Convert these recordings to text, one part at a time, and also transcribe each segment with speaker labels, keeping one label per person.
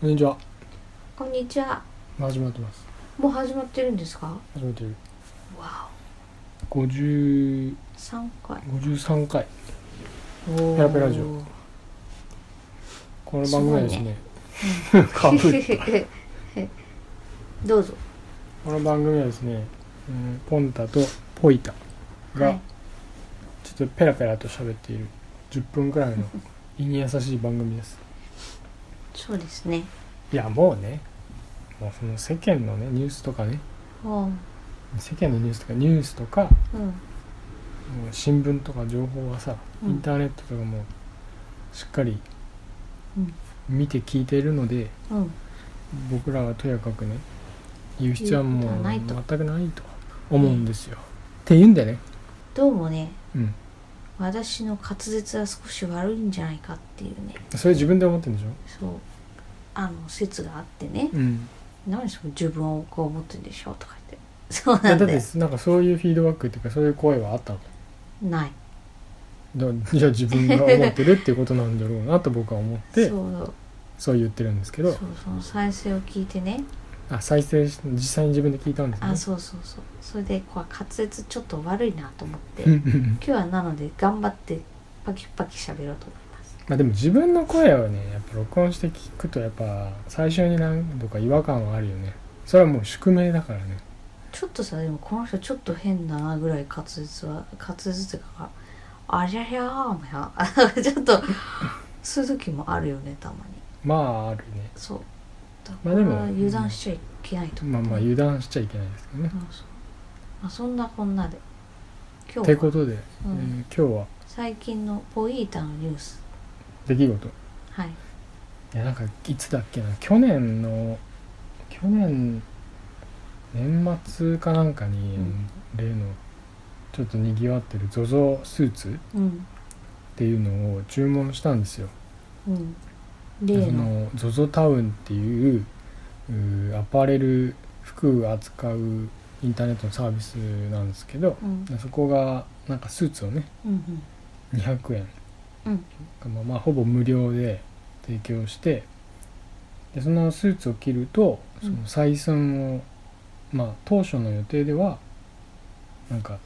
Speaker 1: こんにちは。
Speaker 2: こんにちは。
Speaker 1: 始まってます。
Speaker 2: もう始まってるんですか。
Speaker 1: 始めてる。
Speaker 2: わ
Speaker 1: 五十
Speaker 2: お。三回。
Speaker 1: 五十三回。
Speaker 2: おー
Speaker 1: ペラペラジオこの番組はですね。 かぶ る
Speaker 2: どうぞ。
Speaker 1: この番組はですね、えーポンタとポイタが、
Speaker 2: はい。
Speaker 1: ちょっとペラペラと喋っている10分くらいの胃に優しい番組です。
Speaker 2: そうですね。
Speaker 1: いやもうね、もうその世間のねニュースとかね、
Speaker 2: おう。
Speaker 1: 世間のニュースとかニュースとか、
Speaker 2: うん。
Speaker 1: もう新聞とか情報はさ、
Speaker 2: う
Speaker 1: イ
Speaker 2: ん
Speaker 1: ンターネットとかもしっかり
Speaker 2: うん
Speaker 1: 見て聞いているので。
Speaker 2: うん。
Speaker 1: 僕らがとやかくね言う必要はもう
Speaker 2: 言うことはないと
Speaker 1: 全くないと思うんですよ、って言うんだよね
Speaker 2: どうもね。
Speaker 1: うん
Speaker 2: 私の滑舌は少し悪いんじゃないかっていうね。
Speaker 1: それ自分で思ってるんでしょ
Speaker 2: そう。あの説があってね。
Speaker 1: うん
Speaker 2: 何その自分をこう思ってるでしょとか言って。そう
Speaker 1: い
Speaker 2: な
Speaker 1: や
Speaker 2: ん
Speaker 1: だっ
Speaker 2: だ
Speaker 1: て
Speaker 2: よ。
Speaker 1: なんかそういうフィードバックっていうかそういう声はあったの
Speaker 2: ない。
Speaker 1: だじゃあ自分が思ってるっていうことなんだろうなと僕は思っ
Speaker 2: そ
Speaker 1: て
Speaker 2: う。
Speaker 1: そう言ってるんですけ
Speaker 2: そう
Speaker 1: ど
Speaker 2: その再生を聞いてね。
Speaker 1: あ再生し実際に自分で聞いたんですね
Speaker 2: あそうそうそうそれでこう滑舌ちょっと悪いなと思って
Speaker 1: うん
Speaker 2: 今
Speaker 1: うんうん
Speaker 2: 日はなので頑張ってパキパキ喋ろうと思います
Speaker 1: まあでも自分の声をねやっぱ録音して聞くとやっぱ最初に何度か違和感はあるよねそれはもう宿命だからね
Speaker 2: ちょっとさでもこの人ちょっと変だなぐらい滑舌は滑舌っていうかありゃりゃーみたいな ちょっとそういう時もあるよねたまに
Speaker 1: まああるね
Speaker 2: そうだか
Speaker 1: ま
Speaker 2: ら
Speaker 1: あでも
Speaker 2: 油断しちゃいけないと思
Speaker 1: まあ
Speaker 2: う
Speaker 1: まあ油断しちゃいけないですけどね。
Speaker 2: うんそうまあ、そんなこんなで今
Speaker 1: という
Speaker 2: 日は
Speaker 1: ことで、
Speaker 2: うん
Speaker 1: えー今日は
Speaker 2: 最近のポイータのニュース
Speaker 1: 出来事。
Speaker 2: はい
Speaker 1: いやなんかいつだっけな去年の去年年末かなんかに、
Speaker 2: うん
Speaker 1: 例のちょっとにぎわってる ZOZO スーツっ
Speaker 2: うん
Speaker 1: ていうのを注文したんですよ。
Speaker 2: うん
Speaker 1: そ
Speaker 2: 例の
Speaker 1: の ZOZO タウンっていううーアパレル服を扱うインターネットのサービスなんですけど、
Speaker 2: うん
Speaker 1: そこがなんかスーツをね
Speaker 2: うんうん
Speaker 1: 200円
Speaker 2: うん
Speaker 1: まあ、まあほぼ無料で提供してでそのスーツを着ると
Speaker 2: う
Speaker 1: そ
Speaker 2: ん
Speaker 1: の採寸を、まあ当初の予定ではなんか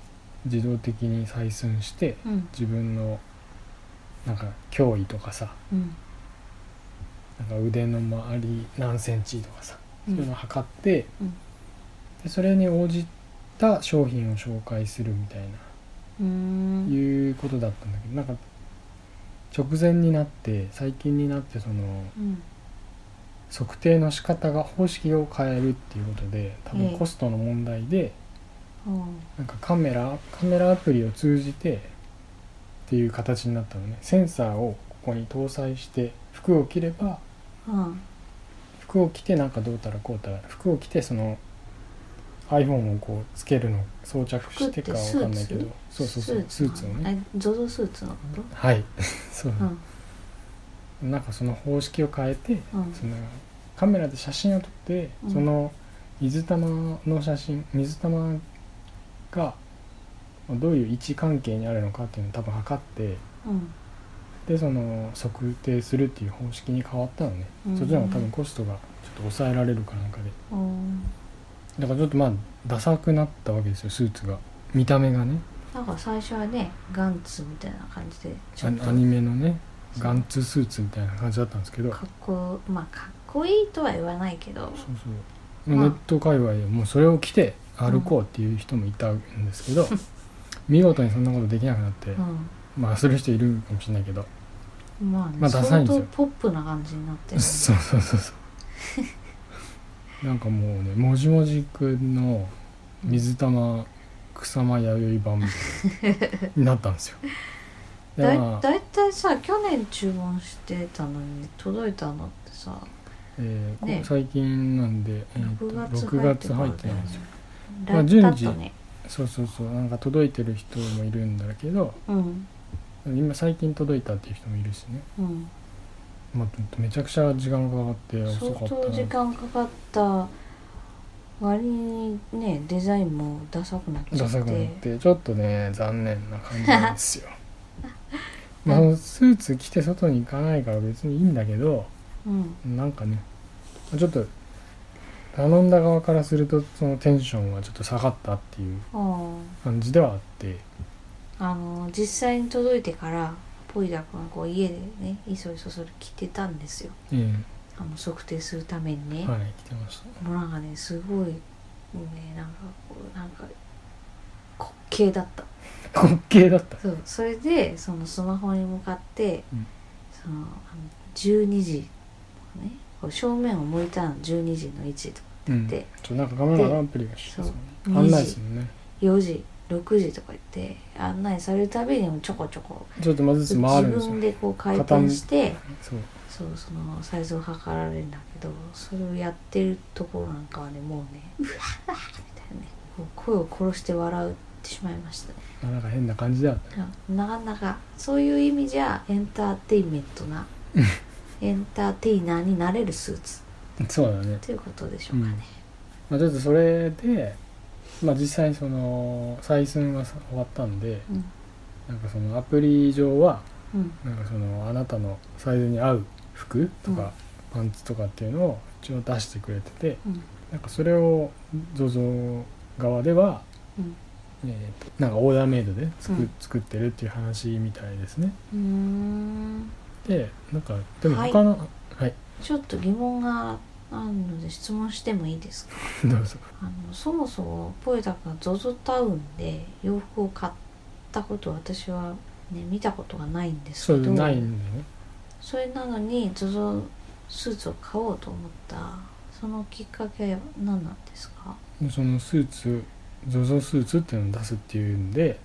Speaker 1: 自動的に採寸して
Speaker 2: うん
Speaker 1: 自分のなんか脅威とかさ
Speaker 2: うん
Speaker 1: なんか腕の周り何センチとかさ
Speaker 2: う
Speaker 1: そういうのを
Speaker 2: ん
Speaker 1: 測って、
Speaker 2: うん
Speaker 1: でそれに応じた商品を紹介するみたいな
Speaker 2: うーん
Speaker 1: いうことだったんだけどなんか直前になって最近になってその
Speaker 2: うん
Speaker 1: 測定の仕方が方式を変えるっていうことで多
Speaker 2: え
Speaker 1: 分
Speaker 2: え
Speaker 1: コストの問題で、
Speaker 2: うん
Speaker 1: なんかカメラカメラアプリを通じてっていう形になったのねセンサーをここに搭載して服を着れば
Speaker 2: うん
Speaker 1: 服を着てなんかどうたらこうたら服を着てその iPhone をこうつけるのを装着してかわかんないけどそうそうそうスーツをね
Speaker 2: えゾゾスーツのこと
Speaker 1: はい そう、
Speaker 2: うん
Speaker 1: なんかその方式を変えて
Speaker 2: うん
Speaker 1: そのカメラで写真を撮って、
Speaker 2: うん
Speaker 1: その水玉の写真水玉がどういう位置関係にあるのかっていうのを多分測って
Speaker 2: うん
Speaker 1: でその測定するっていう方式に変わったのね、
Speaker 2: うん
Speaker 1: そっちの方が多分コストがちょっと抑えられるかなんかで
Speaker 2: うん
Speaker 1: だからちょっとまあダサくなったわけですよスーツが見た目がね
Speaker 2: なんか最初はねガンツみたいな感じでちょ
Speaker 1: ア
Speaker 2: っと
Speaker 1: アニメのねガンツスーツみたいな感じだったんですけど
Speaker 2: かっこまあかっこいいとは言わないけど
Speaker 1: そうそうネット界隈でもうそれを着て歩こうっていう人もいたんですけど、 見事にそんなことできなくなって、まあする人いるかもしれないけど、
Speaker 2: うんまあね
Speaker 1: まあダサいん
Speaker 2: 相
Speaker 1: です
Speaker 2: 当
Speaker 1: よ
Speaker 2: ポップな感じになってる
Speaker 1: そうそうそうそう なんかもうねもじもじくんの水玉草間弥生版み たいになったんですよで
Speaker 2: だい
Speaker 1: まあ、
Speaker 2: だいたいさ去年注文してたのに届いたのってさ
Speaker 1: えーこ
Speaker 2: ね
Speaker 1: 最近なんで、えーと
Speaker 2: 6月
Speaker 1: 6月入ってないんですよま
Speaker 2: ラ
Speaker 1: あ
Speaker 2: ッタ
Speaker 1: 順
Speaker 2: ッ
Speaker 1: 次
Speaker 2: とね
Speaker 1: そうそうそうなんか届いてる人もいるんだけど
Speaker 2: うん
Speaker 1: 今最近届いたっていう人もいるしね、
Speaker 2: うん
Speaker 1: まあ、めちゃくちゃ時間がかかって遅
Speaker 2: 相
Speaker 1: かった
Speaker 2: 当時間かかった割にねデザインもダサくなっちゃ
Speaker 1: ダ
Speaker 2: っ
Speaker 1: サくなっててちょっとね残念な感じなんです よまあそのスーツ着て外に行かないから別にいいんだけど
Speaker 2: うん
Speaker 1: なんかねちょっと頼んだ側からするとそのテンションはちょっと下がったっていう
Speaker 2: あ
Speaker 1: 感じではあって
Speaker 2: ああの実際に届いてからポイダ君はこう家でねいそいそそれ着てたんですよ
Speaker 1: え
Speaker 2: あの測定するために
Speaker 1: え
Speaker 2: ね、
Speaker 1: はい来てました
Speaker 2: もうなんかねすごいねなんかこうなんか滑稽だった
Speaker 1: 滑稽だった
Speaker 2: そうそれでそのスマホに向かって、
Speaker 1: うん
Speaker 2: そのあの12時ねこう正面を向いたの12時の位置とか
Speaker 1: うん
Speaker 2: で
Speaker 1: ちょっとなんか画面のアプリがして
Speaker 2: そう
Speaker 1: ね案内
Speaker 2: 2
Speaker 1: す
Speaker 2: 時
Speaker 1: るのね
Speaker 2: 4時6時とか言って案内されるたびにもちょこちょこ
Speaker 1: ちょっとまず
Speaker 2: 自
Speaker 1: ずつ回るんです
Speaker 2: 分
Speaker 1: よ
Speaker 2: でこう回転して
Speaker 1: そう
Speaker 2: そうそのサイズを測られるんだけどそれをやってるところなんかはねもうねうわうわみたいなねこう声を殺して笑ってしまいましたね
Speaker 1: まあなんか変な感じだった
Speaker 2: なかなかそういう意味じゃエンターテインメント なエンターテイナーになれるスーツ
Speaker 1: そうだね、
Speaker 2: ということでしょうかね、
Speaker 1: まあ、ちょっとそれで、まあ、実際その採寸はさ終わったんで
Speaker 2: うん
Speaker 1: なんかそのアプリ上は
Speaker 2: うん
Speaker 1: なんかそのあなたのサイズに合う服と
Speaker 2: うん
Speaker 1: かパンツとかっていうのを一応出してくれてて
Speaker 2: うん
Speaker 1: なんかそれを ZOZO 側では、
Speaker 2: うん
Speaker 1: えーとなんかオーダーメイドで作,、
Speaker 2: うん
Speaker 1: 作ってるっていう話みたいですね
Speaker 2: うーん
Speaker 1: でなんかでも
Speaker 2: はい
Speaker 1: 他の はい、
Speaker 2: ちょっと疑問があるので質問してもいいですか
Speaker 1: どうぞ
Speaker 2: あのそもそもポエタ君が ZOZO タウンで洋服を買ったことは私は、ね、見たことがないんです
Speaker 1: そう
Speaker 2: け
Speaker 1: いう
Speaker 2: ど
Speaker 1: のないんでね
Speaker 2: それなのに ZOZO スーツを買おうと思ったそのきっかけは何なんですか、
Speaker 1: でそのスーツ ZOZO スーツっていうのを出すっていうんで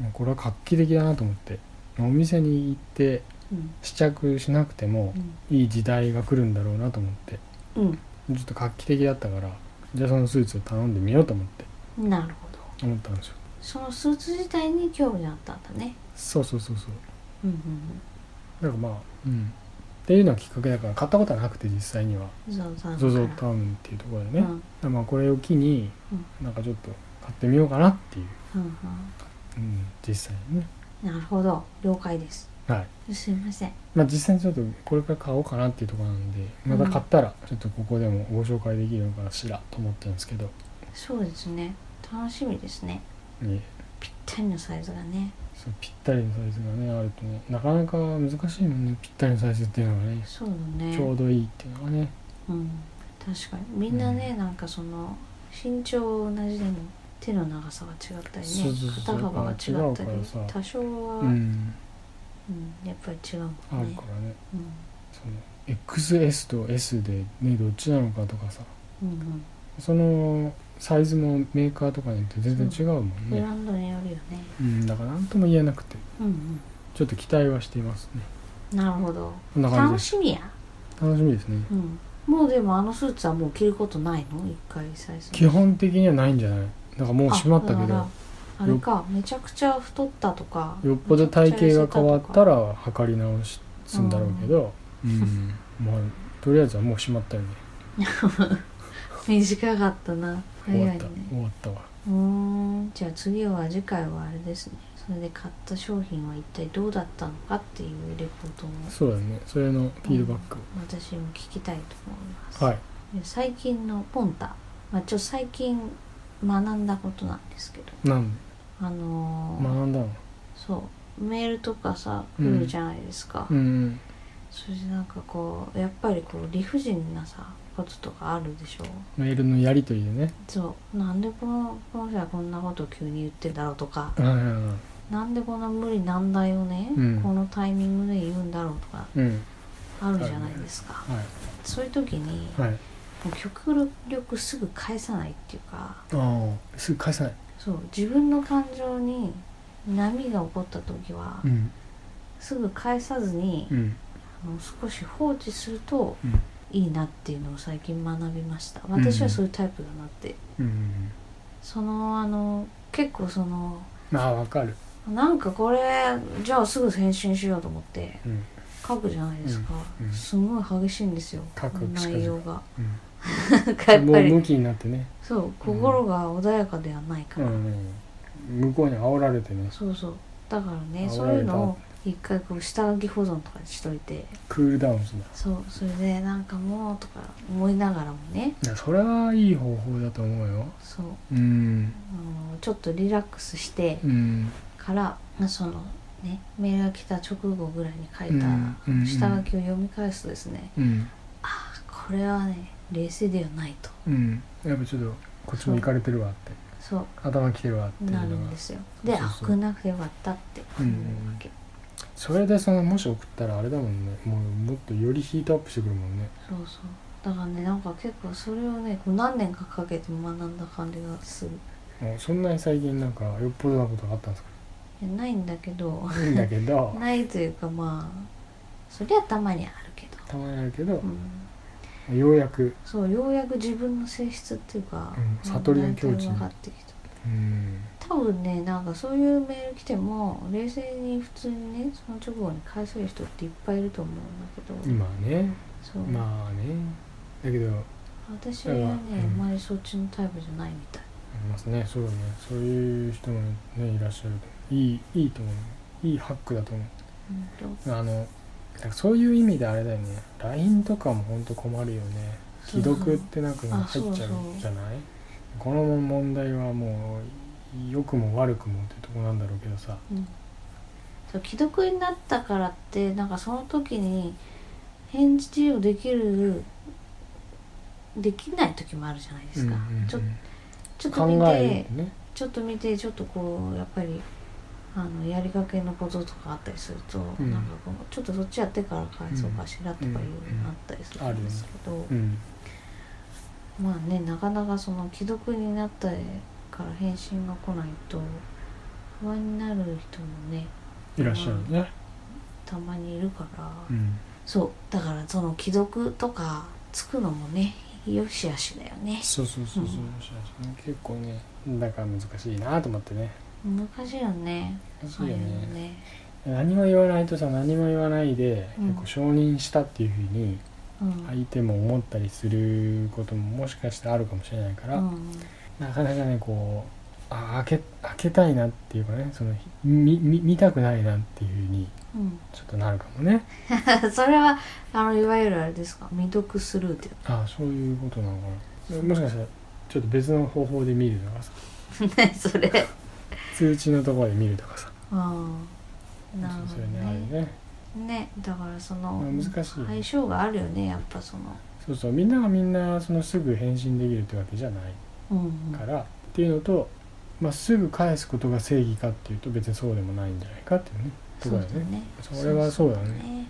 Speaker 2: うん
Speaker 1: もうこれは画期的だなと思ってお店に行って
Speaker 2: うん
Speaker 1: 試着しなくてもいい時代が来るんだろうなと思って
Speaker 2: うん、
Speaker 1: ちょっと画期的だったからじゃあそのスーツを頼んでみようと思って
Speaker 2: うん、なるほど
Speaker 1: 思ったんですよ
Speaker 2: そのスーツ自体に興味があったんだね
Speaker 1: そうそうそうそう
Speaker 2: うん
Speaker 1: だからまあうんっていうのはきっかけだから買ったことはなくて実際には
Speaker 2: うんうん ZOZO タウンから
Speaker 1: ZOZO タウンっていうところでね、
Speaker 2: う
Speaker 1: だか
Speaker 2: ん
Speaker 1: らまあこれを機に
Speaker 2: う
Speaker 1: なんかちょっと買ってみようかなっていう、
Speaker 2: うん
Speaker 1: うん、実際にね
Speaker 2: うんなるほど了解です
Speaker 1: はい
Speaker 2: すいません
Speaker 1: まあ実際にちょっとこれから買おうかなっていうところなんでまた買ったらちょっとここでもご紹介できるのかしらと思ってるんですけど、
Speaker 2: そうですね楽しみですね
Speaker 1: ね
Speaker 2: ぴったりのサイズがね
Speaker 1: そうぴったりのサイズがねあるとねなかなか難しいもんねぴったりのサイズっていうのがね
Speaker 2: そうだね
Speaker 1: ちょうどいいっていうのがね
Speaker 2: うん、確かにみんなね、なんかその身長同じでも手の長さが違ったりね
Speaker 1: そうそうそう
Speaker 2: 肩幅が違ったり
Speaker 1: 違うからさ
Speaker 2: 多少は、
Speaker 1: う
Speaker 2: うん
Speaker 1: ん
Speaker 2: やっぱり違うもんね
Speaker 1: あるからね
Speaker 2: うん
Speaker 1: その XS と S でねどっちなのかとかさ
Speaker 2: うん
Speaker 1: そのサイズもメーカーとかによって全然違うも
Speaker 2: うんん、ブ
Speaker 1: ね
Speaker 2: ランドによるよね
Speaker 1: うんだから何とも言えなくて
Speaker 2: うん
Speaker 1: ちょっと期待はしていますね
Speaker 2: うんなるほど
Speaker 1: こんな感じ
Speaker 2: 楽
Speaker 1: です
Speaker 2: しみや、
Speaker 1: 楽しみですね
Speaker 2: うん、もうでもあのスーツはもう着ることないの一回最初
Speaker 1: 基本的にはないんじゃないなんかもう閉まった
Speaker 2: あ
Speaker 1: け
Speaker 2: だから
Speaker 1: ど
Speaker 2: あれかめちゃくちゃ太ったとか
Speaker 1: よっぽど体型が変わった
Speaker 2: ら
Speaker 1: ら測り直すんだろうけどうんまあとりあえずはもう閉まったよね
Speaker 2: 短かったな
Speaker 1: 終
Speaker 2: 早
Speaker 1: わ
Speaker 2: い
Speaker 1: っ
Speaker 2: ね
Speaker 1: た終わったわ
Speaker 2: うーんじゃあ次は次回はあれですねそれで買った商品は一体どうだったのかっていうレポートも
Speaker 1: そうだねそれのフィードバック
Speaker 2: 私も聞きたいと思います、
Speaker 1: はい
Speaker 2: で最近のポンタ、まあ、ちょっと最近学んだことなんですけど
Speaker 1: なん
Speaker 2: あのー
Speaker 1: 学んだの
Speaker 2: そうメールとかさ
Speaker 1: う
Speaker 2: 来
Speaker 1: ん
Speaker 2: るじゃないですか、
Speaker 1: うん
Speaker 2: それでなんかこうやっぱりこう理不尽なさこととかあるでしょ
Speaker 1: メールのやり取りでね
Speaker 2: そうなんでこのこの人はこんなことを急に言ってんだろうとか
Speaker 1: はいはいは
Speaker 2: なんでこんな無理難題をね、
Speaker 1: うん
Speaker 2: このタイミングで言うんだろうとか
Speaker 1: いうん
Speaker 2: あるじゃないですか、
Speaker 1: はい
Speaker 2: そういう時に
Speaker 1: はい
Speaker 2: もう極力すぐ返さないっていうか
Speaker 1: ああすぐ返さない
Speaker 2: そう自分の感情に波が起こった時は、
Speaker 1: うん
Speaker 2: すぐ返さずに、
Speaker 1: うん
Speaker 2: あの少し放置すると
Speaker 1: うん
Speaker 2: いいなっていうのを最近学びました私はそういうタイプだなって、
Speaker 1: うん
Speaker 2: そのあの結構その
Speaker 1: ああわかる
Speaker 2: なんかこれじゃあすぐ返信しようと思って
Speaker 1: うん
Speaker 2: 書くじゃないですか、
Speaker 1: うんうん
Speaker 2: すごい激しいんですよ
Speaker 1: 書く
Speaker 2: 内容が
Speaker 1: う
Speaker 2: なんか やっ
Speaker 1: んも
Speaker 2: ぱ
Speaker 1: う
Speaker 2: り
Speaker 1: 向きになってね
Speaker 2: そう心が穏やかではないか
Speaker 1: う
Speaker 2: ら、
Speaker 1: ん向こうに煽られてね
Speaker 2: そうそうだからね
Speaker 1: あ
Speaker 2: そういうのを一回こう下書き保存とかしといて
Speaker 1: クールダウンするんだ
Speaker 2: そうそれでなんかもうとか思いながらもね
Speaker 1: いやそれはいい方法だと思うよ
Speaker 2: そう
Speaker 1: うん
Speaker 2: あのちょっとリラックスして
Speaker 1: うん
Speaker 2: から、まあそのねメールが来た直後ぐらいに書いた
Speaker 1: うんうんうん
Speaker 2: 下書きを読み返すとですね、
Speaker 1: うん
Speaker 2: これはね冷静ではないと
Speaker 1: うんやっぱちょっとこっちも行かれてるわって
Speaker 2: そ
Speaker 1: 頭きてるわって
Speaker 2: う
Speaker 1: いう
Speaker 2: なる
Speaker 1: の
Speaker 2: ん
Speaker 1: が
Speaker 2: ですよで
Speaker 1: そうそう
Speaker 2: あくなくてよかったって思うわけ、
Speaker 1: それでそのもし送ったらあれだもんねもうもっとよりヒートアップしてくるもんね
Speaker 2: そうそうだからねなんか結構それをねこう何年かかけて学んだ感じがする
Speaker 1: もうそんなに最近なんかよっぽどなことがあったんですか
Speaker 2: いやないんだけど
Speaker 1: いいんだけど
Speaker 2: ないというかまあそりゃたまにあるけど、
Speaker 1: たまにあるけど
Speaker 2: う、ん、
Speaker 1: ようやく
Speaker 2: そうようやく自分の性質っていうか、
Speaker 1: うん悟りの境地に
Speaker 2: 分かってきた
Speaker 1: うん
Speaker 2: 多分ねなんかそういうメール来ても冷静に普通にねその直後に返せる人っていっぱいいると思うんだけど、
Speaker 1: 今はね
Speaker 2: そう、
Speaker 1: まあねだけどあ
Speaker 2: 私はね、
Speaker 1: うん
Speaker 2: あんまりそっちのタイプじゃないみたい
Speaker 1: りますねそうだねそういう人もねいらっしゃるいいいいと思ういいハックだと思う
Speaker 2: うんと
Speaker 1: あのだからそういう意味であれだよね LINE とかもほんと困るよね既読ってなんか
Speaker 2: あ
Speaker 1: 入っちゃう
Speaker 2: そうそう
Speaker 1: じゃないこの問題はもう良くも悪くもってとこなんだろうけどさ
Speaker 2: うんそう既読になったからってなんかその時に返事をできるできない時もあるじゃないですか、
Speaker 1: うんうんうん
Speaker 2: ちょちょっと
Speaker 1: 考
Speaker 2: 見
Speaker 1: え
Speaker 2: て
Speaker 1: るね
Speaker 2: ちょっと見てちょっとこうやっぱりあのやりかけのこととかあったりすると、
Speaker 1: うん
Speaker 2: なんかこうちょっとそっちやってから返そうかしらとかいうのあったりするんですけど、
Speaker 1: うん
Speaker 2: まあねなかなかその既読になったから返信が来ないと不安になる人もね
Speaker 1: いらっしゃるね
Speaker 2: たまにいるから、
Speaker 1: うん
Speaker 2: そうだからその既読とかつくのもねよしあしだよね
Speaker 1: そうそうそうそう
Speaker 2: うん
Speaker 1: 結構ねだから難しいなと思ってね
Speaker 2: 難しいよね
Speaker 1: 難しいよ
Speaker 2: ああ
Speaker 1: ね
Speaker 2: うのね
Speaker 1: 何も言わないとさ何も言わないで、
Speaker 2: うん
Speaker 1: 結構承認したっていうふうに
Speaker 2: うん、
Speaker 1: 相手も思ったりすることももしかしてあるかもしれないから、
Speaker 2: うん
Speaker 1: なかなかねこうあ開け開けたいなっていうかねその見見見たくないなっていうふうに
Speaker 2: うん
Speaker 1: ちょっとなるかもね
Speaker 2: それはあのいわゆるあれですか未読スルーって
Speaker 1: ああそういうことなのかなもしかしたらちょっと別の方法で見るとかさ
Speaker 2: ねそれ
Speaker 1: 通知のところで見るとかさ
Speaker 2: ああなる
Speaker 1: そう
Speaker 2: ほど
Speaker 1: いうねあれ
Speaker 2: ね
Speaker 1: ね
Speaker 2: ねだからそ
Speaker 1: ま
Speaker 2: の
Speaker 1: あ難しいよね
Speaker 2: 相性があるよねやっぱその
Speaker 1: そうそうみんながみんなそのすぐ返信できるってわけじゃない
Speaker 2: うんうん
Speaker 1: から、っていうのと、まあ、すぐ返すことが正義かっていうと別にそうでもないんじゃないかっていうねところだよね
Speaker 2: そうだね
Speaker 1: それはそうだね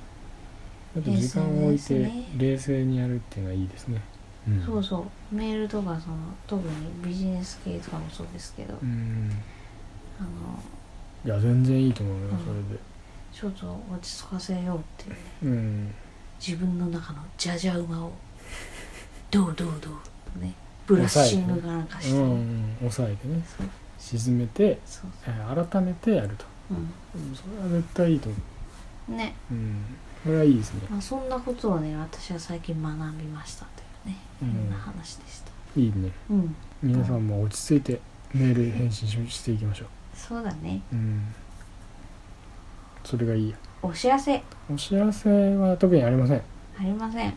Speaker 1: だって時間を置い
Speaker 2: 冷静
Speaker 1: て
Speaker 2: ですね
Speaker 1: 冷静にやるっていうのはいいですね、うん、
Speaker 2: そうそうメールとかその特にビジネス系とかもそうですけど、
Speaker 1: うん
Speaker 2: あの
Speaker 1: いや全然いいと思うよ、
Speaker 2: うん
Speaker 1: それで
Speaker 2: ちょっと落ち着かせようっていうね
Speaker 1: うん
Speaker 2: 自分の中のじゃじゃ馬をどうどうどうとねブラッシングがなんかして、
Speaker 1: うん、うん、抑えてね
Speaker 2: そう
Speaker 1: 沈めて
Speaker 2: そう
Speaker 1: えー改めてやると
Speaker 2: そう、
Speaker 1: うんそれは絶対いいと思
Speaker 2: うん、ね
Speaker 1: ううんこれはいいですね、
Speaker 2: まあ、そんなことをね私は最近学びましたというね、
Speaker 1: う
Speaker 2: そん
Speaker 1: ん
Speaker 2: な、話でした
Speaker 1: いいね
Speaker 2: うん
Speaker 1: 皆さんも落ち着いてメール返信ししていきましょう
Speaker 2: そうだね
Speaker 1: うんそれがいいや
Speaker 2: お知らせ
Speaker 1: お知らせは特にありません、
Speaker 2: ありません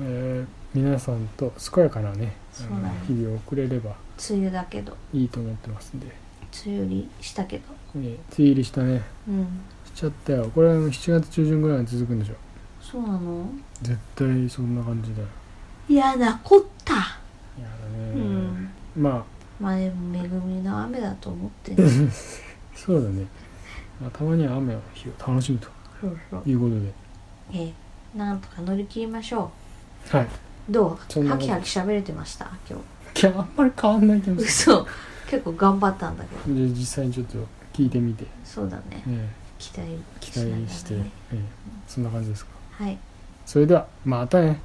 Speaker 1: えー皆さんと健やかなねあの
Speaker 2: そうだね
Speaker 1: 日々を送れれば
Speaker 2: 梅雨だけど
Speaker 1: いいと思ってますんで、
Speaker 2: 梅雨入りしたけど
Speaker 1: えー、梅雨入りしたね
Speaker 2: うん
Speaker 1: しちゃったよこれはもう7月中旬ぐらいに続くんでしょ
Speaker 2: そうなの
Speaker 1: 絶対そんな感じだよ
Speaker 2: やだこった
Speaker 1: いやだ
Speaker 2: う
Speaker 1: ね、
Speaker 2: ん
Speaker 1: ま
Speaker 2: まあでも恵みの雨だと思ってね
Speaker 1: あそうだね、まあ、たまには雨の日を楽しむと
Speaker 2: そうそう
Speaker 1: いうこと
Speaker 2: えーなんとか乗り切りましょ
Speaker 1: ではいう
Speaker 2: ど
Speaker 1: そん
Speaker 2: う
Speaker 1: な
Speaker 2: ハ
Speaker 1: こと
Speaker 2: キハキ喋れてました今
Speaker 1: いやあんまり変わんない気も
Speaker 2: 日
Speaker 1: する
Speaker 2: 嘘結構頑張ったんだけど
Speaker 1: じゃあ実際にちょっと聞いてみて、
Speaker 2: そうだね
Speaker 1: え
Speaker 2: 期待
Speaker 1: え期
Speaker 2: ながらね
Speaker 1: 待して、ええそんな感じですか
Speaker 2: はい
Speaker 1: それではまたね